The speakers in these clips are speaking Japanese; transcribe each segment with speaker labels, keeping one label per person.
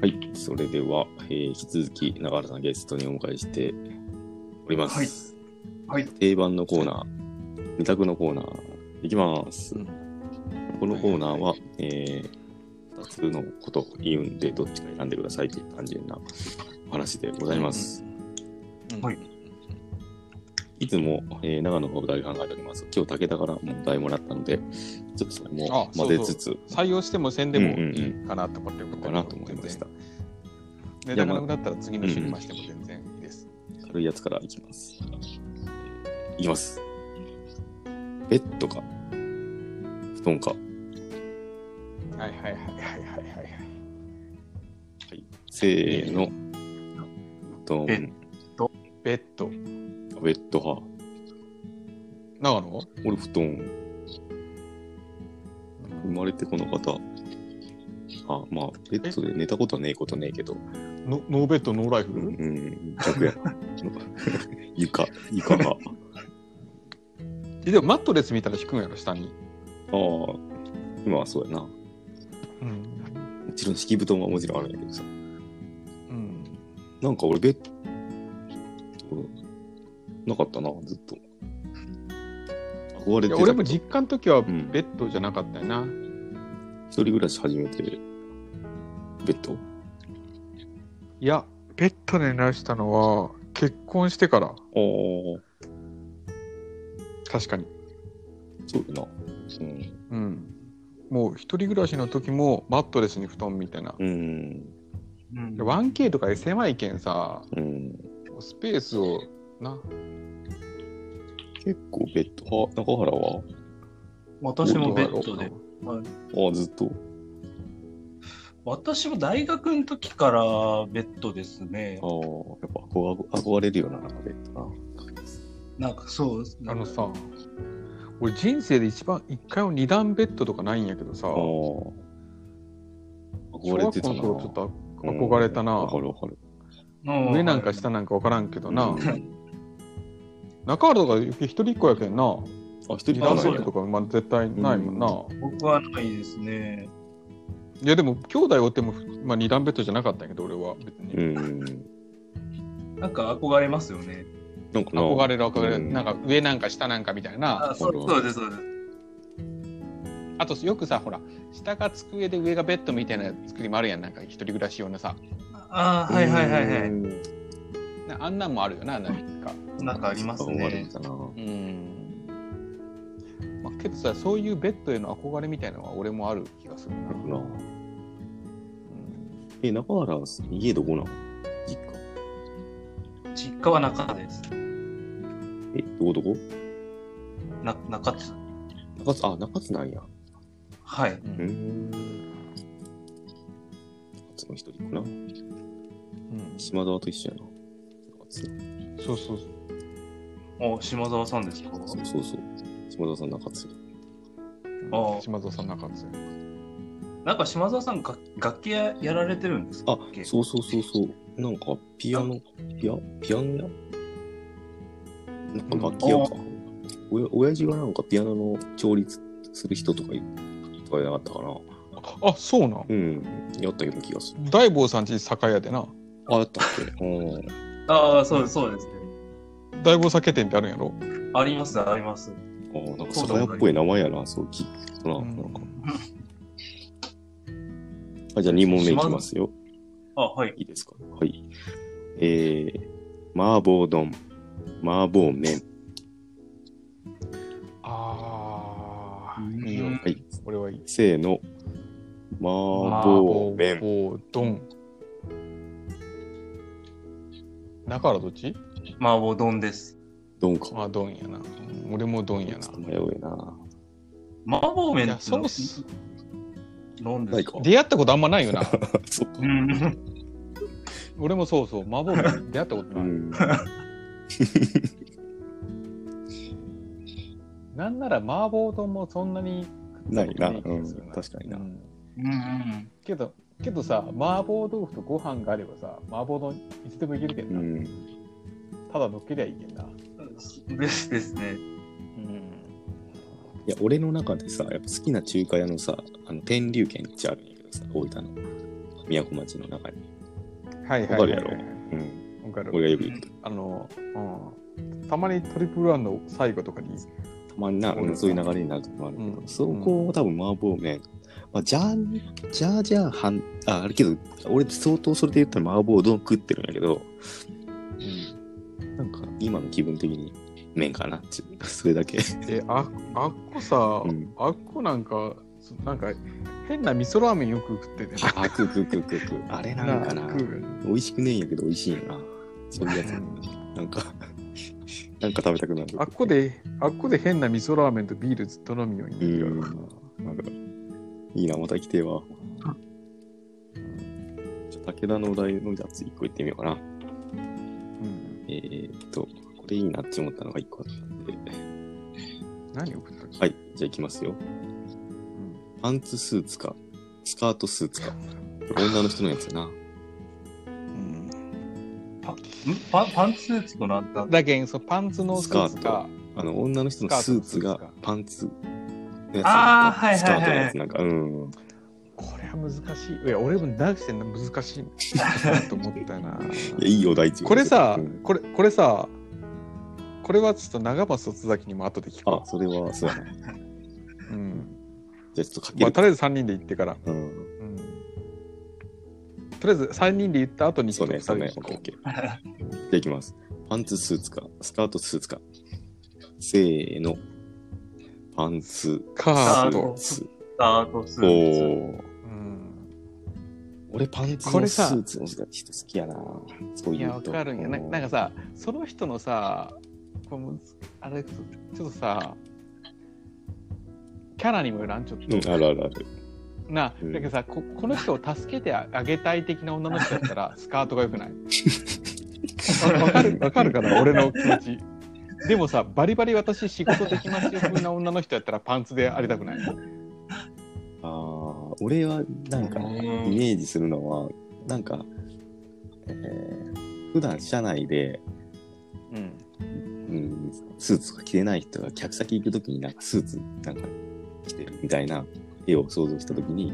Speaker 1: はい、それでは、えー引き続き永原さんゲストにお迎えしております。
Speaker 2: はい。
Speaker 1: 定番のコーナー、二択のコーナー、いきます。このコーナーは、
Speaker 3: はい
Speaker 1: えー二つのこと言うんで、どっちか選んでくださいという単純なお話でございます。
Speaker 3: うん。
Speaker 2: はい
Speaker 1: いつも、えー長野がお題考えております。今日、武田から問題もらったので、ちょっとそれも
Speaker 3: あ
Speaker 1: 混ぜつつ、
Speaker 3: 採用してもせんで
Speaker 1: う
Speaker 3: も
Speaker 1: んうんうん
Speaker 3: いいかなと思って
Speaker 1: かなと思いました。。
Speaker 3: ネタがなくなったら次の週に回しても全然いいです。
Speaker 1: 軽いやつからいきます。いきます。ベッドか、布団か、
Speaker 3: はいはいはいはいはいはい。
Speaker 1: せーの、布団、
Speaker 2: ベッ
Speaker 3: ベッド。
Speaker 1: ベッド派。
Speaker 3: 長野
Speaker 1: 俺、布団。生まれてこの方。あ、まあ、ベッドで寝たことはねえことねえけど、
Speaker 3: ノノーベッド、ノーライフ
Speaker 1: う
Speaker 3: ル
Speaker 1: ん、うん、楽や な。床、床が。
Speaker 3: えでもマットレス見たら引くんやろ、下に。
Speaker 1: ああ、今はそうやな。も
Speaker 3: うん。
Speaker 1: ちろん敷布団はもちろんあるんやけどさ。
Speaker 3: うん。
Speaker 1: なんか俺ベッド、なかったな、ずっと。憧れて
Speaker 3: いや
Speaker 1: た
Speaker 3: 俺も実家の時は
Speaker 1: ん
Speaker 3: ベッドじゃなかったよな。
Speaker 1: 一人暮らし始めて、ベッド
Speaker 3: いや、ベッドで慣らしたのは結婚してから、
Speaker 1: ああ、
Speaker 3: 確かに。
Speaker 1: そうやな。うん。
Speaker 3: うん。もう一人暮らしの時もマットレスに布団みたいな。
Speaker 1: うん。
Speaker 2: うん
Speaker 3: で 1K とかで狭いけんさ、
Speaker 1: うん、
Speaker 3: スペースをな、
Speaker 1: 結構ベッド派、中原は
Speaker 2: 私もベッド
Speaker 3: どうや
Speaker 2: で
Speaker 3: ろ。
Speaker 1: ああ、ずっと。
Speaker 2: 私も大学の時からベッドですね
Speaker 1: あ。あ、やっぱ憧憧れるよな、なんかベッドな。
Speaker 2: なんかそう。
Speaker 3: うあのさ、俺人生で一番一回も二段ベッドとかないんやけどさ、
Speaker 1: ああ。
Speaker 3: 小
Speaker 1: 憧れてたな。
Speaker 3: 学校の頃ちょっと憧れたな
Speaker 1: うんわかるわかる。
Speaker 2: うん、
Speaker 3: 上なんか下なんか分からんけどな、
Speaker 1: うん
Speaker 3: 中原とか一人っ子やけんな
Speaker 1: あ、一人
Speaker 3: 二
Speaker 1: だ
Speaker 3: 段
Speaker 1: な
Speaker 3: ベ
Speaker 2: そう
Speaker 3: ッ
Speaker 2: や
Speaker 3: ドとかまあ絶対ないもんな、
Speaker 2: 僕はないですね。
Speaker 3: いやでも兄弟おっても、まあ、二段ベッドじゃなかったんやけど俺は別に、
Speaker 1: うん。
Speaker 2: なんか憧れますよね。
Speaker 1: なんかな。
Speaker 3: 憧れる憧れる、
Speaker 1: うん
Speaker 3: なんか上なんか下なんかみたいな
Speaker 2: あ、そう
Speaker 1: わかる
Speaker 2: そ
Speaker 1: わ
Speaker 2: うです、そうです。
Speaker 3: あとよくさほら下が机で上がベッドみたいな作りもあるやんなんか一人暮らし用のさ
Speaker 2: あーはいはいはいはい。
Speaker 1: い。
Speaker 3: なあんなんもあるよな何か
Speaker 2: なんかありますね。
Speaker 1: たな。
Speaker 3: うん、まあ、けどさそういうベッドへの憧れみたいなのは俺もある気がするな、
Speaker 1: な
Speaker 3: うん
Speaker 1: え、中原、家どこなの実家。
Speaker 2: 実家は中です。
Speaker 1: え、どこどこ
Speaker 2: な中津。
Speaker 1: 中津、あ、中津なんや。
Speaker 2: はい。
Speaker 3: うん
Speaker 1: ん。中津の一人かな。
Speaker 3: うん
Speaker 1: 島沢と一緒やな。中津
Speaker 3: そうそうそう
Speaker 2: お、島沢さんですか
Speaker 1: そうそうそう。島沢さん中津。
Speaker 2: ああ
Speaker 3: 島蔵さんなかったよ
Speaker 2: なんか島沢さん楽楽器ややられてるんですか
Speaker 1: あ、そうそうそうそう。なんか、ピアノ、ピア、ピアノやなんか楽器屋か。おや、親父がなんかピアノの調律する人とかい、とかいなかったかな。
Speaker 3: あそうなん
Speaker 1: うん。やったような気がする。
Speaker 3: 大坊さんち酒屋でな
Speaker 1: あ、やったっけうん。
Speaker 2: ああ、そうです、そうですね。
Speaker 3: 大坊酒店ってあるんやろ、
Speaker 2: あります、あります。
Speaker 1: ああ、なんか酒屋っぽい名前やな、そう聞くとな。
Speaker 3: うん
Speaker 1: なんかあじゃあ2問目いきますよ。
Speaker 2: あ、はい。
Speaker 1: いいですかはい。えー、麻婆丼、麻婆麺。
Speaker 3: あ
Speaker 2: うん
Speaker 3: ーいいよ
Speaker 1: はい。
Speaker 3: 俺はいい
Speaker 1: せーの。麻婆
Speaker 3: 麻
Speaker 1: 麺。
Speaker 3: 婆丼中原どっち
Speaker 2: 麻婆丼です。
Speaker 1: 丼か。
Speaker 3: あ丼やなうん俺も丼やな
Speaker 1: 迷うよ な。
Speaker 2: 麻婆麺
Speaker 3: い
Speaker 2: っ
Speaker 3: や
Speaker 2: て
Speaker 3: ソース
Speaker 2: 何で
Speaker 1: な
Speaker 2: す
Speaker 1: い
Speaker 2: か
Speaker 1: か。
Speaker 3: 出会ったことあんまないよな
Speaker 1: そっか
Speaker 2: う。ん。
Speaker 3: 俺もそうそう麻婆麺出会ったこと
Speaker 1: う
Speaker 3: ない、
Speaker 1: ん。
Speaker 3: なんなら麻婆丼もそんなに
Speaker 1: ないな。う
Speaker 3: 食ったこと
Speaker 1: ん
Speaker 3: 気がする。な
Speaker 1: 確かにな
Speaker 3: う。ん
Speaker 2: うんうん。
Speaker 3: けどけどさ麻婆豆腐とご飯があればさ麻婆丼いつでもいけるけど
Speaker 1: う
Speaker 3: な、
Speaker 1: ん。
Speaker 3: ただ乗っけりゃいいけんな、
Speaker 2: ですですね。
Speaker 1: いや、俺の中でさ、やっぱ好きな中華屋のさ、あの、天竜軒っちあるんやけどさ、大分の。宮古町の中に。
Speaker 3: はい
Speaker 1: わ
Speaker 3: はい
Speaker 1: か
Speaker 3: は
Speaker 1: る
Speaker 3: い
Speaker 1: やろ
Speaker 3: はい。
Speaker 1: うん。
Speaker 3: わかる。
Speaker 1: 俺がよく行くと。
Speaker 3: あの、うん。たまにトリプルワンの最後とかに、
Speaker 1: たまにな、
Speaker 3: うん
Speaker 1: そういう流れになるともあるけど、
Speaker 3: うん
Speaker 1: そこを多分麻婆麺、まあ、ジャー、ジャージャーはん、あ、あるけど、俺相当それで言ったら麻婆丼食ってるんだけど、なんか今の気分的に麺かなっていう、 それだけ。
Speaker 3: え、あ、あっこさ、
Speaker 1: うん
Speaker 3: あっこなんか、そなんか、変な味噌ラーメンよく食ってて、
Speaker 1: あ、食う食う食う食う食う。あれなんかな。
Speaker 3: 食う
Speaker 1: 美味しくねえんやけど美味しいよな。そういうやつ。 なんか、なんか食べたくなる。
Speaker 3: あっこで、あっこで変な味噌ラーメンとビールずっと飲みようになるよな
Speaker 1: うんなんか、いいな、また来てえわ。じゃあ武田のお題のやつ一個行ってみようかな。
Speaker 3: うん
Speaker 1: えー、っと、これいいなって思ったのが一個あったんで。
Speaker 3: 何送ったっけ
Speaker 1: はい、じゃあ行きますよ。
Speaker 3: うん
Speaker 1: パンツスーツか、スカートスーツか。これ女の人のやつやな。
Speaker 2: パんパパンツスーツとなんだ
Speaker 3: だけん、そうパンツのスーツ
Speaker 1: スカー
Speaker 3: か、
Speaker 1: あの、女の人のスーツ
Speaker 3: スカートのス
Speaker 1: が
Speaker 3: ーツか
Speaker 1: パンツのやつ。
Speaker 2: あーはいはいはい
Speaker 1: スカートのやつなんか、うん。
Speaker 3: これは難しい。いや、俺も大学生の難しいなと思ったな。
Speaker 1: いや、いいお題っていうか
Speaker 3: これさ
Speaker 1: うん、
Speaker 3: これ、これさ、これはちょっと長松と津崎にも後で聞
Speaker 1: あ
Speaker 3: こ、
Speaker 1: それは、そうやな。
Speaker 3: う。うん。
Speaker 1: じゃあちょっとかけ
Speaker 3: まあ、
Speaker 1: る。
Speaker 3: とりあえず3人で行ってから。
Speaker 1: うん。
Speaker 3: うん。とりあえず3人で行った後に
Speaker 1: そうね、そうね。
Speaker 3: ち
Speaker 1: オ
Speaker 3: ょ
Speaker 1: ッ
Speaker 3: っ
Speaker 1: ケ
Speaker 3: と
Speaker 1: ーオ
Speaker 3: 二
Speaker 1: ッ
Speaker 3: 人
Speaker 1: ケー。じゃあいきます。パンツスーツか、スカートスーツか。せーの。パンツ、
Speaker 3: でカ
Speaker 1: ス
Speaker 3: ー
Speaker 2: あ
Speaker 3: ド。
Speaker 1: ーツ。
Speaker 2: スタートス
Speaker 1: お
Speaker 2: ーツ。
Speaker 1: ー。
Speaker 3: うん。
Speaker 1: 俺パンツ
Speaker 3: こ
Speaker 1: の
Speaker 3: れ
Speaker 1: ス
Speaker 3: さ
Speaker 1: ーツの人好きやな。そう
Speaker 3: い
Speaker 1: いう
Speaker 3: や、
Speaker 1: と
Speaker 3: わかるんや。ななんかさ、その人のさ、こうむずあれ、ちょっとさ、キャラにもよらん、ちょっと。
Speaker 1: うん、あるあるある。
Speaker 3: な
Speaker 1: うん
Speaker 3: だけどさここの人を助けてあげたい的な女の人だった らスカートがよくないわわかるわかるかな俺の気持ちでもさバリバリ私仕事できますよ風な女の人やったらパンツでありたくない
Speaker 1: ああ、俺はなんか、イ
Speaker 2: うん
Speaker 1: メージするのは、なんか、えー、普段車内で、
Speaker 3: うん
Speaker 1: うん、スーツとか着てない人が客先行くときになんかスーツなんか着てるみたいな絵を想像したときに、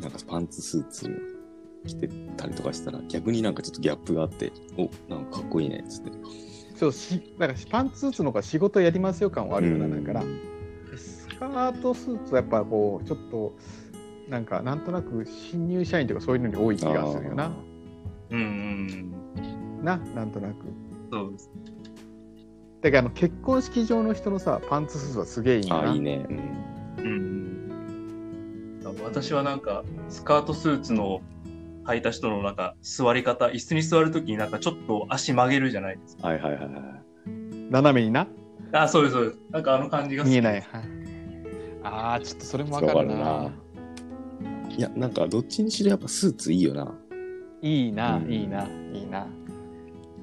Speaker 1: なんかパンツスーツ着てたりとかしたら逆になんかちょっとギャップがあって、お、なんかかっこいいねっつって。
Speaker 3: そうしなんかパンツスーツの方が仕事やりますよ感はあるよな
Speaker 1: うん
Speaker 3: だからスカートスーツはやっぱこうちょっとなんかなんとなく新入社員とかそういうのに多い気がするよ
Speaker 1: あ
Speaker 3: な
Speaker 1: ー
Speaker 2: うんうん。
Speaker 3: ななんとなく
Speaker 2: そうです。
Speaker 3: だからあの結婚式場の人のさパンツスーツはすげえいいんだ
Speaker 1: あ
Speaker 3: な
Speaker 1: あ、いいね。うん。
Speaker 2: うん。私はなんか、スカートスーツの履いた人のなんか、座り方、椅子に座るときになんかちょっと足曲げるじゃないです
Speaker 1: はいはいはいはい。
Speaker 3: 斜めにな
Speaker 2: か。あ、そうです、そうです。なんかあの感じが好き
Speaker 3: 見えない。ああちょっとそれもわかるな
Speaker 1: わかいや、なんか、どっちにしろやっぱスーツいいよな。
Speaker 3: いいな、
Speaker 1: うん
Speaker 3: いいないいな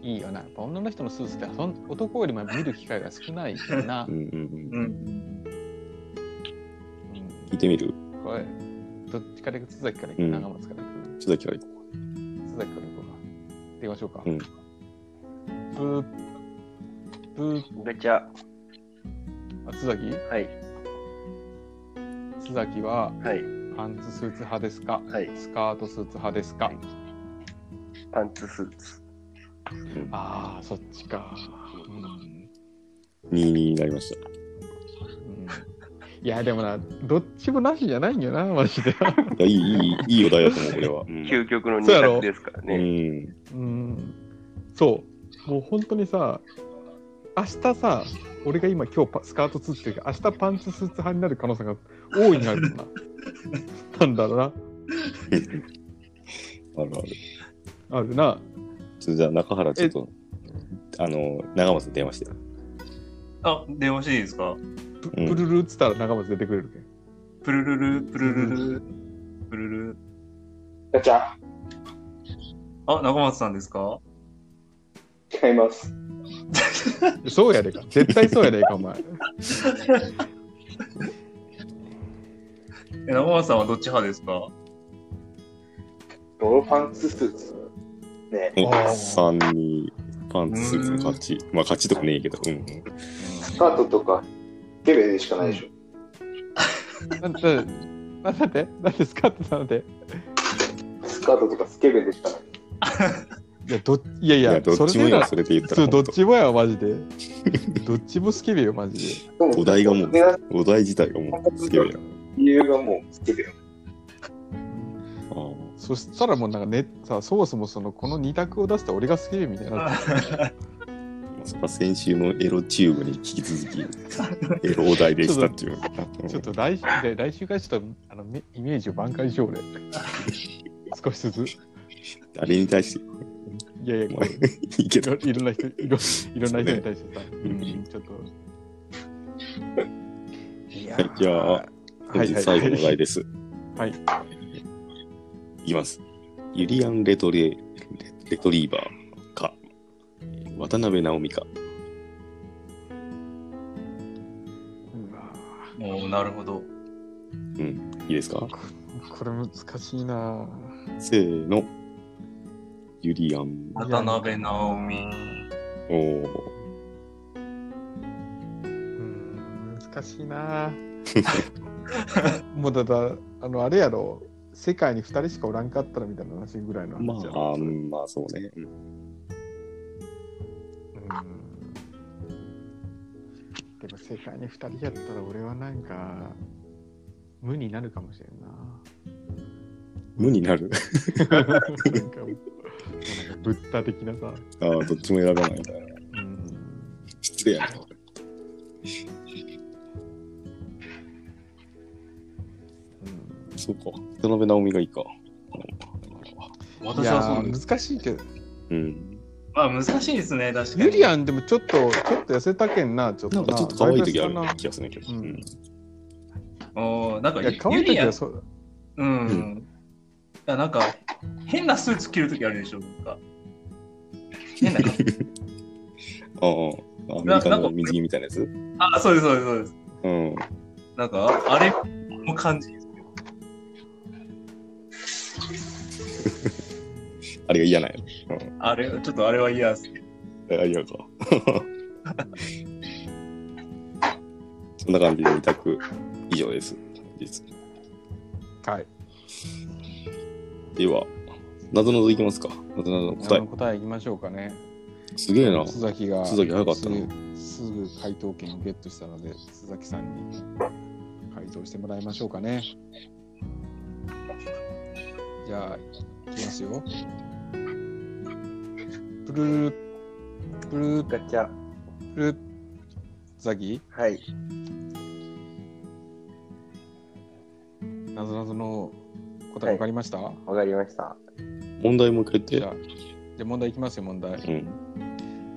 Speaker 3: いいよなやっぱ女の人のスーツってそん男よりも見る機会が少ないよな
Speaker 1: う、んうんう。
Speaker 2: うんん。
Speaker 1: 聞いてみる
Speaker 3: うんこれどっちから行く津崎から
Speaker 1: う
Speaker 3: 行く
Speaker 1: ん
Speaker 3: 長松から行く
Speaker 1: ちょっとだけ行こ
Speaker 3: 津崎から行こうか行きましょうか、
Speaker 1: うん
Speaker 3: ブーブー
Speaker 4: めっちゃ、
Speaker 3: あ津崎
Speaker 4: はい、
Speaker 3: 津崎は
Speaker 4: はい、
Speaker 3: パンツスーツ派ですか
Speaker 4: はい、
Speaker 3: スカートスーツ派ですか、
Speaker 4: はいパンツスーツ。
Speaker 3: ああそっちか、うん
Speaker 1: う。2になりました。
Speaker 3: うんいやでもなどっちもなしじゃないんよなマジで
Speaker 1: いや、いい、いい、いいお題だと思う、これは。うん。
Speaker 4: 究極の二
Speaker 3: そうやろ
Speaker 4: 択ですから
Speaker 1: う
Speaker 4: ね。
Speaker 1: ん。
Speaker 3: うんそうもう本当にさ明日さ俺が今今日パスカートスーツっていうか明日パンツスーツ派になる可能性が大いにあるもんななんだろうな
Speaker 1: あるある。
Speaker 3: あるな
Speaker 1: ちょっとじゃあ、中原、ちょっと、あの、長松に電話して。
Speaker 2: あ、電話していいですか
Speaker 3: プ
Speaker 1: うん
Speaker 3: プルルっつったら長松出てくれるけん
Speaker 2: プルルル、プルルル、プルル。
Speaker 4: ガチャ
Speaker 2: あ、中松さんですか
Speaker 4: 違います。
Speaker 3: そうやでか絶対そうやでかお前
Speaker 2: え、中松さんはどっち派ですか
Speaker 4: 俺パンツスーツ。ね。
Speaker 1: お
Speaker 3: あー
Speaker 1: 3に、パンツスーツの勝ち。まあ、勝ちとかねえけど。うん。
Speaker 4: スカートとか、ゲベでしかないでしょ。
Speaker 3: なんだなんだってなんでスカートなんで
Speaker 4: カートとかスケベでしかない。
Speaker 3: いや、どっいやい
Speaker 1: い
Speaker 3: や、
Speaker 1: や、どっちも
Speaker 3: それな
Speaker 1: 今
Speaker 3: ら
Speaker 1: それで言った
Speaker 3: そ
Speaker 1: ら
Speaker 3: う、ど
Speaker 1: 本
Speaker 3: っちもやわ、マジで。どっちも好きべよ、マジで。
Speaker 4: でも
Speaker 1: 当、お題がもう
Speaker 4: 値、段
Speaker 1: お題自体がもうスケベやな。
Speaker 4: 理由がもうスケベよ。
Speaker 1: あー
Speaker 3: そしたらもうなんかね、さ、そもそもその、この二択を出して俺が好きべみたいな。
Speaker 1: まさか先週のエロチューブに引き続 き、エロお題でしたっていう。
Speaker 3: ちょっと来週、で来週からちょっと、あの、めイメージを挽回しよう、俺。少しずつ。い
Speaker 1: あれに対して、
Speaker 3: やいや、こ
Speaker 1: まあ
Speaker 3: う
Speaker 1: いいけ
Speaker 3: い
Speaker 1: ど
Speaker 3: ろ、いろんな人、いろいろんな人に対してさ、うん、ちょっと。いや
Speaker 1: じゃあ、本日最後のお題です。
Speaker 3: はい。
Speaker 1: いきます。ユリアンレトリレ・レトリーバーか、渡辺直美か。
Speaker 3: うわ
Speaker 2: もうなるほど。
Speaker 1: いいですか
Speaker 3: これ難しいな
Speaker 1: せーの。ユリアン。
Speaker 2: 渡辺直美。
Speaker 1: おお。
Speaker 3: うん難しいな もうだだあのあれやろ世界に2人しかおらんかったらみたいな話ぐらいの
Speaker 1: ま
Speaker 3: 話や
Speaker 1: あ、
Speaker 3: ろ、
Speaker 1: うんまあそうね。うん
Speaker 3: うんでも世界に2人やったら俺はなんか無になるかもしれんな
Speaker 1: 無になる。
Speaker 3: なんかもうもうなんかブッダ的なさ、
Speaker 1: ああ、どっちも選ばないんだ。
Speaker 3: うん、
Speaker 1: 失礼やな。
Speaker 3: うん
Speaker 1: そうか。渡辺直美がいいか。
Speaker 2: 私はそう
Speaker 3: い
Speaker 2: で
Speaker 3: や
Speaker 2: す。
Speaker 3: 難しいけど
Speaker 1: うん。
Speaker 2: まあ難しいですね、確かに。
Speaker 3: ユリアンでもちょっとちょっと痩せたけんなちょっ
Speaker 1: なん
Speaker 3: と
Speaker 1: かちょっと可愛い時あ
Speaker 3: だいぶ痩せたな
Speaker 1: る気がするけど。
Speaker 3: う
Speaker 1: うんん。
Speaker 2: おーなんか
Speaker 3: いや可愛
Speaker 2: ユ
Speaker 3: い時
Speaker 2: リアン
Speaker 3: は、そう
Speaker 2: うん。
Speaker 1: う
Speaker 2: いや、なんか、変なスーツ着るときあるでしょ、なん か。変な格好
Speaker 1: ああ、アメリカの水着みたいなやつ。
Speaker 2: あ、そうです、そうです、そうです。
Speaker 1: うん。
Speaker 2: なんか、あれも感じですね。
Speaker 1: あれが嫌なんや。
Speaker 2: あれ、ちょっとあれは嫌ですね。
Speaker 1: あ、嫌か。 そんな感じで2択以上です。本日
Speaker 3: はい
Speaker 1: では、なぞなぞいきますか。なぞなぞの答
Speaker 3: あの答えいきましょうかね
Speaker 1: え。すげえな。
Speaker 3: 須崎が
Speaker 1: 須崎早かったな
Speaker 3: すぐすぐ回答権をゲットしたので須崎さんに回答してもらいましょうかねじゃあいきますよプルルプルル
Speaker 4: ガチャ。
Speaker 3: プルル須崎
Speaker 4: はい。
Speaker 3: なぞなぞの答え分かりました、
Speaker 4: わかりました。
Speaker 1: 問題もう一回
Speaker 3: じゃ
Speaker 1: 言っ
Speaker 3: あじゃあ問題いきますよ問題、
Speaker 1: て。うん。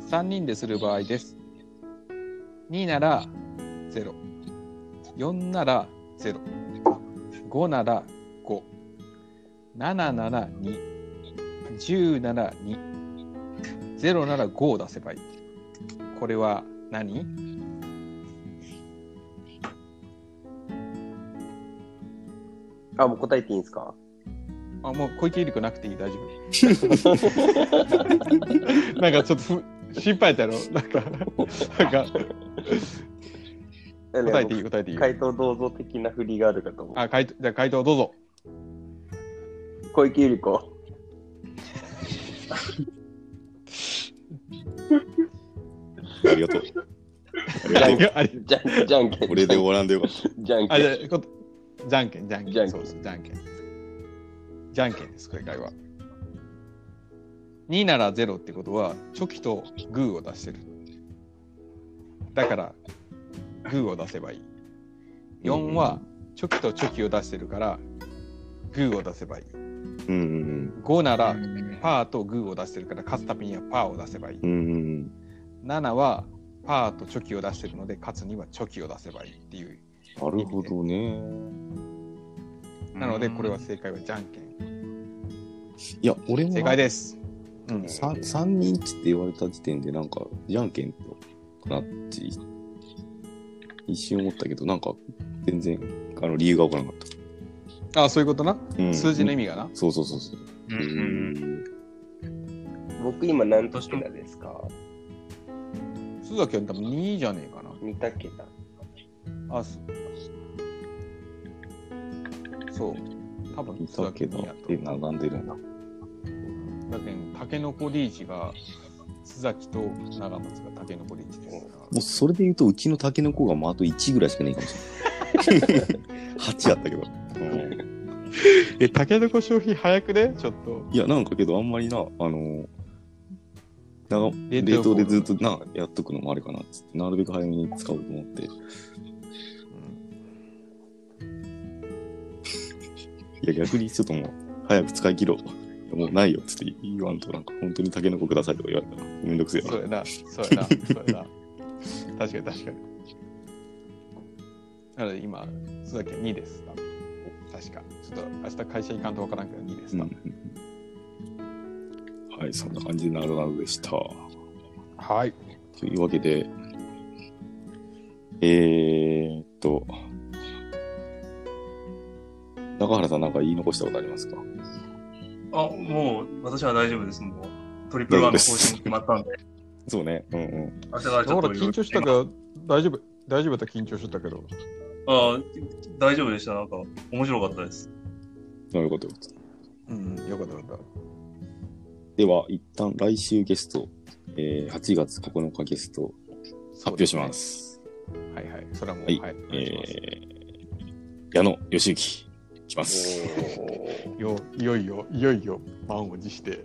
Speaker 3: 3人でする場合です。2なら0。4なら0。5なら5。7なら2。10なら2。0なら5を出せばいい。これは何
Speaker 5: あ、もう答えていいんですか
Speaker 3: あ、もう小池百合子なくていい、大丈夫。なんかちょっとふ心配だろ。なんか、なんか答えていい、答えていい。
Speaker 5: 回答どうぞ的な振りがあるかと思う。
Speaker 3: あ、回答、じゃあ回答どうぞ。
Speaker 5: 小池百合子。
Speaker 1: ありがとう。あり
Speaker 5: じゃ
Speaker 1: が
Speaker 5: ん
Speaker 1: とう。
Speaker 3: あり
Speaker 5: じゃんじゃんけん。
Speaker 1: これで終わらんでよかった。
Speaker 5: じゃん
Speaker 3: あ、じゃ
Speaker 5: けん。
Speaker 3: あこじゃんけん、じゃんけん。
Speaker 5: じゃんけん
Speaker 3: そうです、じゃんけん。じゃんけんです、正解は。2なら0ってことは、チョキとグーを出してる。だから、グーを出せばいい。4は、チョキとチョキを出してるから、グーを出せばいい。
Speaker 1: うんうん
Speaker 3: 5なら、パーとグーを出してるから、勝つためにはパーを出せばいい
Speaker 1: うん。う。んうん
Speaker 3: 7は、パーとチョキを出してるので、勝つにはチョキを出せばいいっていう。
Speaker 1: うん。なるほどね。
Speaker 3: なので、これは正解はじゃんけん。
Speaker 1: いや、俺も
Speaker 3: 正解です。うん、
Speaker 1: 3, 三人っつって言われた時点でなんかじゃんけんかなって一瞬思ったけどなんか全然あの理由が分からなかっ
Speaker 3: あそういうことな。
Speaker 1: た、うん
Speaker 3: 数字の意味がな。
Speaker 1: そうそうそうそう
Speaker 2: う
Speaker 1: うん
Speaker 2: うん。
Speaker 5: 僕今何としてですか
Speaker 3: 数だけは多分2じゃねえか
Speaker 5: ?2 桁。
Speaker 3: な。あそそう。多分
Speaker 1: いたけど
Speaker 3: 津田、
Speaker 1: え、
Speaker 3: 健也と
Speaker 1: 並んでるんだ。
Speaker 3: だけどタケノコリーチが須崎と長松がタケノコリーチですから
Speaker 1: もうそれで言うと、うちのタケノコがもうあと1ぐらいしかねえかもしれない。8やったけど。うん
Speaker 3: えタケノコ消費早くねちょっと
Speaker 1: いや、なんかけど、あんまりな、あの長冷
Speaker 3: 冷凍
Speaker 1: 凍でずっとな、やっとくのもあれかなっつって、なるべく早めに使おうと思って。いや、逆にちょっともう、早く使い切ろう。もうないよっつって言わんと、なんか本当にタケノコくださいとか言われたら、めんどくせえ
Speaker 3: そう
Speaker 1: わ。
Speaker 3: やな、そうやな、そう やな。確かに確かに。なので今、須崎は2です。多分確か。ちょっと明日会社行かんとわからんけど2です。
Speaker 1: う
Speaker 3: 多
Speaker 1: ん
Speaker 3: 分
Speaker 1: はい、そんな感じでなるなるでした。
Speaker 3: はい。
Speaker 1: というわけで、えー、っと、中原さんなんか言い残したことありますか
Speaker 2: あ、もう、私は大丈夫です。もう、トリプルワンの方針決ま ったんで、
Speaker 1: そうね、うんうん。
Speaker 2: 明日からちょ
Speaker 3: ほ
Speaker 2: っ
Speaker 3: ら
Speaker 2: と。
Speaker 3: 緊張したけど、大丈夫、大丈夫だったら緊張しとったけど。
Speaker 2: あ大丈夫でした。なんか、面白かったです。
Speaker 1: なるほど。
Speaker 3: うん、よかったよかっ
Speaker 1: では、一旦来週ゲスト、えー8月9日ゲスト
Speaker 3: た。
Speaker 1: 発表します。
Speaker 3: そうですね。はいはい。それはもう、
Speaker 1: はい
Speaker 3: はい。お
Speaker 1: え
Speaker 3: 願いします
Speaker 1: ー矢野義之、来ます。
Speaker 4: お
Speaker 3: よいよいよ、いよいよ、満を持して。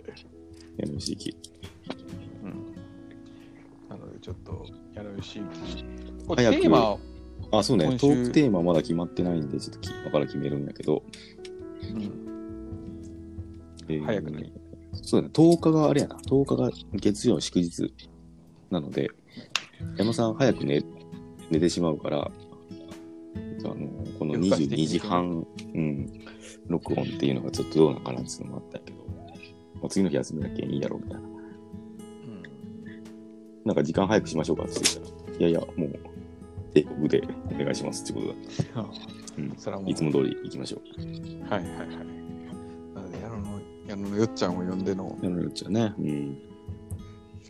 Speaker 1: 矢野義之。
Speaker 3: うん。なので、ちょっと、やるし。これ
Speaker 1: 早
Speaker 3: テ
Speaker 1: く
Speaker 3: ーマを、
Speaker 1: あ、そうね、
Speaker 3: 今
Speaker 1: ト
Speaker 3: 週
Speaker 1: ークテーマまだ決まってないんで、ちょっとき今から決めるんだけど、
Speaker 3: うん
Speaker 1: えー
Speaker 3: 早くね
Speaker 1: そうだね、10日があれやな、10日が月曜祝日なので、山さん早く寝寝てしまうから、あのこの
Speaker 3: 夜更かし的
Speaker 1: 22
Speaker 3: に
Speaker 1: 時半、うん、録音っていうのがちょっとどうなのかなっていうのもあったけど、もう次の日休みだけいいやろうみたいな。
Speaker 3: うん
Speaker 1: なんか時間早くしましょうかって言ったら、いやいや、もう帝国でお願いしますってことだ。うん
Speaker 3: それはもう
Speaker 1: いつも通り行きましょう。
Speaker 3: はいはいはい。なので、矢野の、矢野のよっちゃんを呼んでの
Speaker 1: なるほどね。うん。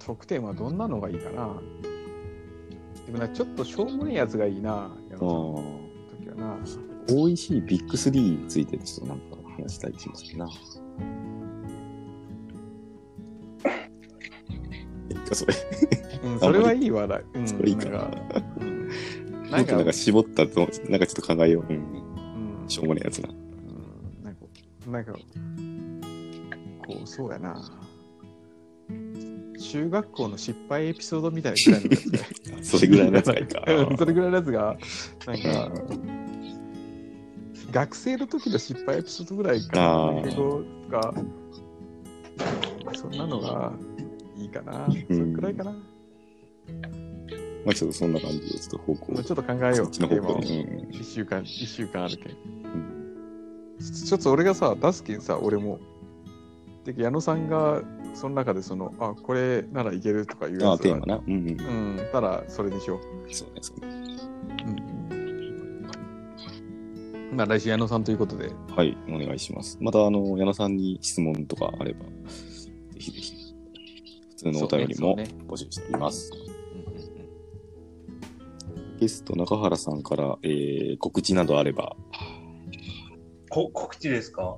Speaker 3: トークテーマはどんなのがいいかな。でもな、ちょっとしょうもないやつがいいな、矢
Speaker 1: あ
Speaker 3: 野
Speaker 1: あ。
Speaker 3: ちゃんの時はな。
Speaker 1: OEC ビッグ3についてちょっとなんか話したい気もす るな。えかそれ、
Speaker 3: うん、それはいい話題。うん、
Speaker 1: それいいか
Speaker 3: な
Speaker 1: な。
Speaker 3: んか。うん
Speaker 1: な
Speaker 3: なんん
Speaker 1: か
Speaker 3: か、
Speaker 1: なんか絞ったと、なんかちょっと考えよう。うん、
Speaker 3: うん、
Speaker 1: しょうもないやつな。
Speaker 3: うんなんか、なんか、こう、そうやな。中学校の失敗エピソードみたいなぐらいのやつ が
Speaker 1: それぐらいのやつがいいか。
Speaker 3: うんそれぐらいのやつが、なんか、学生の時の失敗エピソードぐらい
Speaker 1: あ
Speaker 3: か
Speaker 1: ー
Speaker 3: な、英語とか、うんそんなのがいいかな、それくらいかな。も
Speaker 1: まあちょっとそんな感じで、ちょっと方向
Speaker 3: うちょっと考え
Speaker 1: そっ
Speaker 3: よう、
Speaker 1: ち
Speaker 3: テ
Speaker 1: の
Speaker 3: ーマ
Speaker 1: 方
Speaker 3: を
Speaker 1: 向。に。
Speaker 3: 一週間、一週間あるけ
Speaker 1: う
Speaker 3: ん。
Speaker 1: ん
Speaker 3: ちょちょっと俺がさ、出すけんさ、俺も。で、矢野さんが、その中で、その、あ、これならいけるとかいう
Speaker 1: うんあ
Speaker 3: や
Speaker 1: あ、
Speaker 3: つ
Speaker 1: テー
Speaker 3: が
Speaker 1: マな。うん、うん。
Speaker 3: うん、たら、それにしよう。
Speaker 1: そうね、そうね。
Speaker 3: まあ、来週矢野さんということで。
Speaker 1: はい、お願いします。また、あの、矢野さんに質問とかあれば、ぜひぜひ、普通のお便りも
Speaker 3: そうねそうね
Speaker 1: 募集しています。ゲスト中原さんから、えー告知などあれば、
Speaker 2: こ告知ですか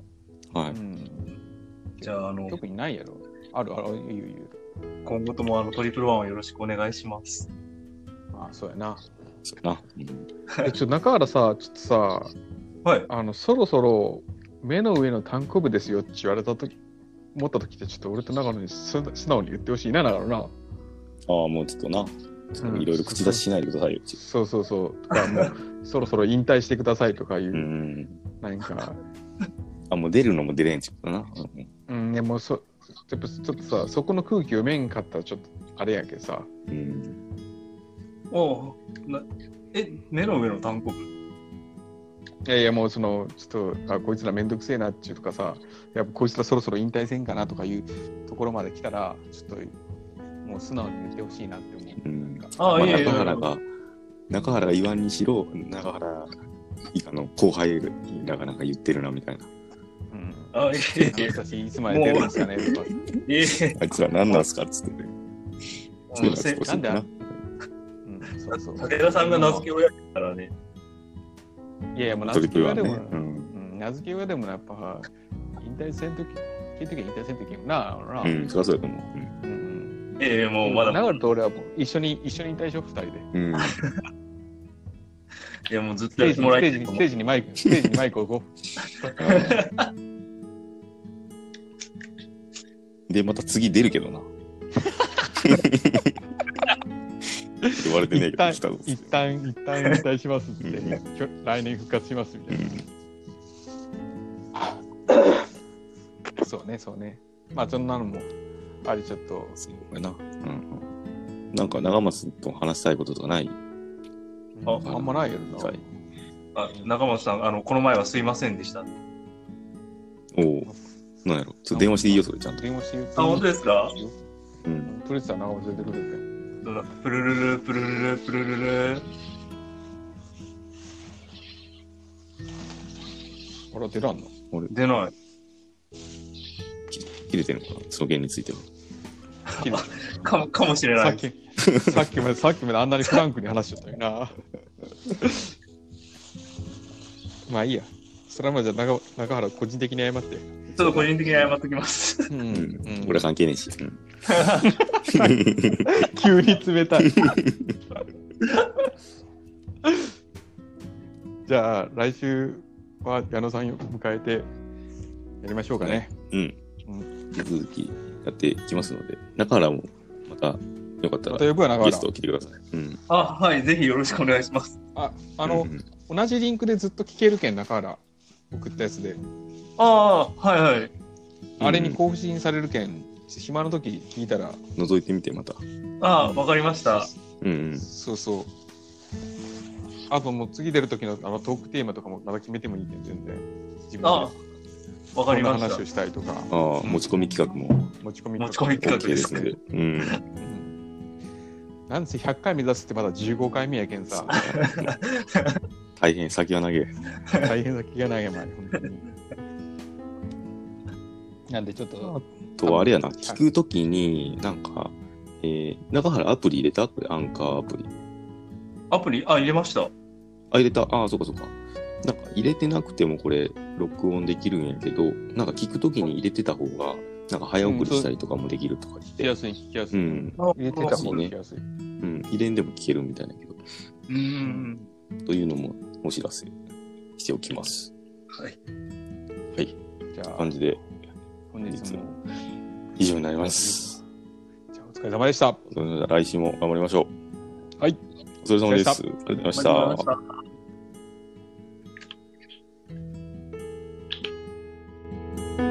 Speaker 1: は
Speaker 3: う
Speaker 1: い、
Speaker 3: ん
Speaker 2: じゃあ、あの、
Speaker 3: 特にないやろ。あるある、いいよいいよ。
Speaker 2: 今後ともあのトリプルワンをよろしくお願いします。
Speaker 3: あそうやな。
Speaker 1: そうやな。うん
Speaker 3: えちょ、中原さ、ちょっとさ、
Speaker 2: はい。
Speaker 3: あの、そろそろ目の上の単行部ですよって言われたとき、思ったときって、ちょっと俺と中野に素素直に言ってほしいな、中野な。
Speaker 1: ああ、もうちょっとな、ちょっといろいろ口出ししないでくださいよ、ち
Speaker 3: そうそうそう。とか、もう、そろそろ引退してくださいとかいうう、
Speaker 1: ん。
Speaker 3: なんか、
Speaker 1: あ、もう出るのも出れんちゅうことな。うん
Speaker 3: うん、いやもうそ、やっぱちょっとさ、そこの空気読めんかったら、ちょっと、あれやけどさ。
Speaker 1: うん。
Speaker 2: おうなえ、目の上の単行部
Speaker 3: いやいやもうそのちょっとあこいつらめんどくせえなっちゅうとかさやっぱこいつらそろそろ引退せんかなとかいうところまで来たらちょっともう素直に言ってほしいなって思う、
Speaker 1: うん
Speaker 3: なんか
Speaker 2: あ
Speaker 1: まあ、
Speaker 2: いえいえ
Speaker 1: 中原が、中原が言わんにしろ、中原以下の後輩らがなんか言ってるな、みたいな。
Speaker 3: うん、
Speaker 2: あ、いえいえ
Speaker 3: 私いつまで出るんですかねとか
Speaker 2: い えいえ。
Speaker 1: あいつら何なんすかっつってね。そういうのが少
Speaker 2: せ
Speaker 1: しいいか
Speaker 3: な。
Speaker 1: なん
Speaker 3: うんそうそう
Speaker 2: 武田さんが名付け親ですからね。
Speaker 3: いやいやもう名
Speaker 1: ト
Speaker 3: 付
Speaker 1: リプ
Speaker 3: け
Speaker 1: ル
Speaker 3: は
Speaker 1: は
Speaker 3: で
Speaker 1: ね。
Speaker 3: も、
Speaker 1: うん。
Speaker 3: うん名付け親でもやっぱ引退せんとき引退せんときは引退せんときもなあのな、
Speaker 1: うん、そりゃそうやと思う。
Speaker 3: うん
Speaker 2: ええもうまだ、
Speaker 3: 長野と俺はもう一緒に一緒に引退しよう二人で
Speaker 1: うん。うん、
Speaker 2: いやもうずっ
Speaker 3: ス
Speaker 2: と
Speaker 3: テ
Speaker 2: やっ
Speaker 3: ージ
Speaker 2: て
Speaker 3: に
Speaker 2: もら
Speaker 3: ス
Speaker 2: いた
Speaker 3: テ
Speaker 2: い
Speaker 3: ー
Speaker 2: と
Speaker 3: ジにス
Speaker 2: 思
Speaker 3: テ
Speaker 2: う
Speaker 3: ージにマイクステージにマイク置 こう
Speaker 1: で、また次出るけど な。言われてねえ
Speaker 3: 一
Speaker 1: けど、
Speaker 3: 旦
Speaker 1: 来たぞ。
Speaker 3: 一旦一旦引退しますっつってきょ来年復活しますみた
Speaker 1: う
Speaker 3: い
Speaker 1: ん
Speaker 3: なそうねそうねまあそんなのもあれちょっと
Speaker 1: そうやな。うん。なんか、長松と話したいこととかない
Speaker 2: あ
Speaker 3: あんまないけどな
Speaker 1: はい
Speaker 2: あ中本さんあのこの前はすいませんでしたあ
Speaker 1: おお。なんやろ。ちょっと電話していいよ、それ、ちゃんと。
Speaker 3: 電話して言う
Speaker 2: 本当ですか
Speaker 1: うん。
Speaker 3: とりあえずは長尾出てくる
Speaker 2: なんかプルルルプルルルプルルル
Speaker 3: あら出らんの
Speaker 2: 出ない
Speaker 1: 切れてるのかな、その件については。
Speaker 2: かもかもしれな
Speaker 3: さ
Speaker 2: い
Speaker 3: っき、さっきまで、さっきまであんなにフランクに話しちゃったよな。 まあいいや。それはまあじゃあ中中原個人的に謝って。
Speaker 2: ちょっと個人的に謝っときます。
Speaker 3: うん
Speaker 1: うん。俺は関係ねえし。うん。
Speaker 3: 急に冷たい。 じゃあ来週は矢野さんを迎えてやりましょうかね。
Speaker 1: うん。引き続きやっていきますので、中原もまたよかった
Speaker 3: また
Speaker 1: ら
Speaker 3: 呼ぶわ中
Speaker 1: ゲ
Speaker 3: 原
Speaker 1: ストを来てください。うん。
Speaker 2: あ、はい、ぜひよろしくお願いします。
Speaker 3: ああ
Speaker 1: う
Speaker 3: の、
Speaker 1: ん
Speaker 3: 同じリンクでずっと聞けるけん中原送ったやつで。
Speaker 2: ああー、はいはい。
Speaker 3: あれに更新されるけん、暇の時聞いたら、
Speaker 1: 覗いてみて、また。
Speaker 2: ああ、わかりました。
Speaker 1: うんうん。
Speaker 3: そうそう。あともう次出る時のあのトークテーマとかもまだ決めてもいいけん、全然。自分で
Speaker 2: ああ、わか
Speaker 3: こ
Speaker 2: り
Speaker 3: んな
Speaker 2: まし
Speaker 3: 話
Speaker 2: た
Speaker 3: を。したいとか、
Speaker 1: ああ、持ち込み企画も
Speaker 3: 持ち込み
Speaker 2: 持
Speaker 3: と
Speaker 2: ち
Speaker 3: か
Speaker 2: 込み企
Speaker 1: OK
Speaker 2: 画で
Speaker 1: ですすの
Speaker 2: ね
Speaker 1: で。。うん。
Speaker 3: うんなんせ100回目指すってまだ15回目やけん さ、
Speaker 1: 大変、先は投げ。
Speaker 3: 大変な気がないやまい、本当に。
Speaker 5: なんでちょっと、
Speaker 1: あとはあれやな、聞くときに、なんか、えー、中原アプリ入れたこれアンカーアプリ。
Speaker 2: アプリ、あ、入れました。
Speaker 1: あ、入れた。ああ、そうかそうか。なんか入れてなくてもこれ、録音できるんやけど、なんか聞くときに入れてた方が、なんか早送りしたりとかもできるとか言っ
Speaker 3: 聞き
Speaker 1: て、
Speaker 3: やすい、聞きやす
Speaker 1: う
Speaker 3: い。
Speaker 1: ん、
Speaker 2: 入
Speaker 3: 入れてた方が聞きやすい。
Speaker 1: うん、入れんでも聞けるみたいだけど、
Speaker 2: うーん。
Speaker 1: というのもお知らせしておきます。
Speaker 2: はい。
Speaker 1: はい。
Speaker 3: じゃあ、
Speaker 1: 感じで、
Speaker 3: 本日も、
Speaker 1: 以上になります。
Speaker 3: じゃあお疲れ様でした。
Speaker 1: それでは来週も頑張りましょう。
Speaker 3: はい。
Speaker 1: お疲れ様です。ありがとうございま
Speaker 2: わかり
Speaker 1: し
Speaker 2: ま
Speaker 1: た
Speaker 2: し。
Speaker 6: 「
Speaker 2: た。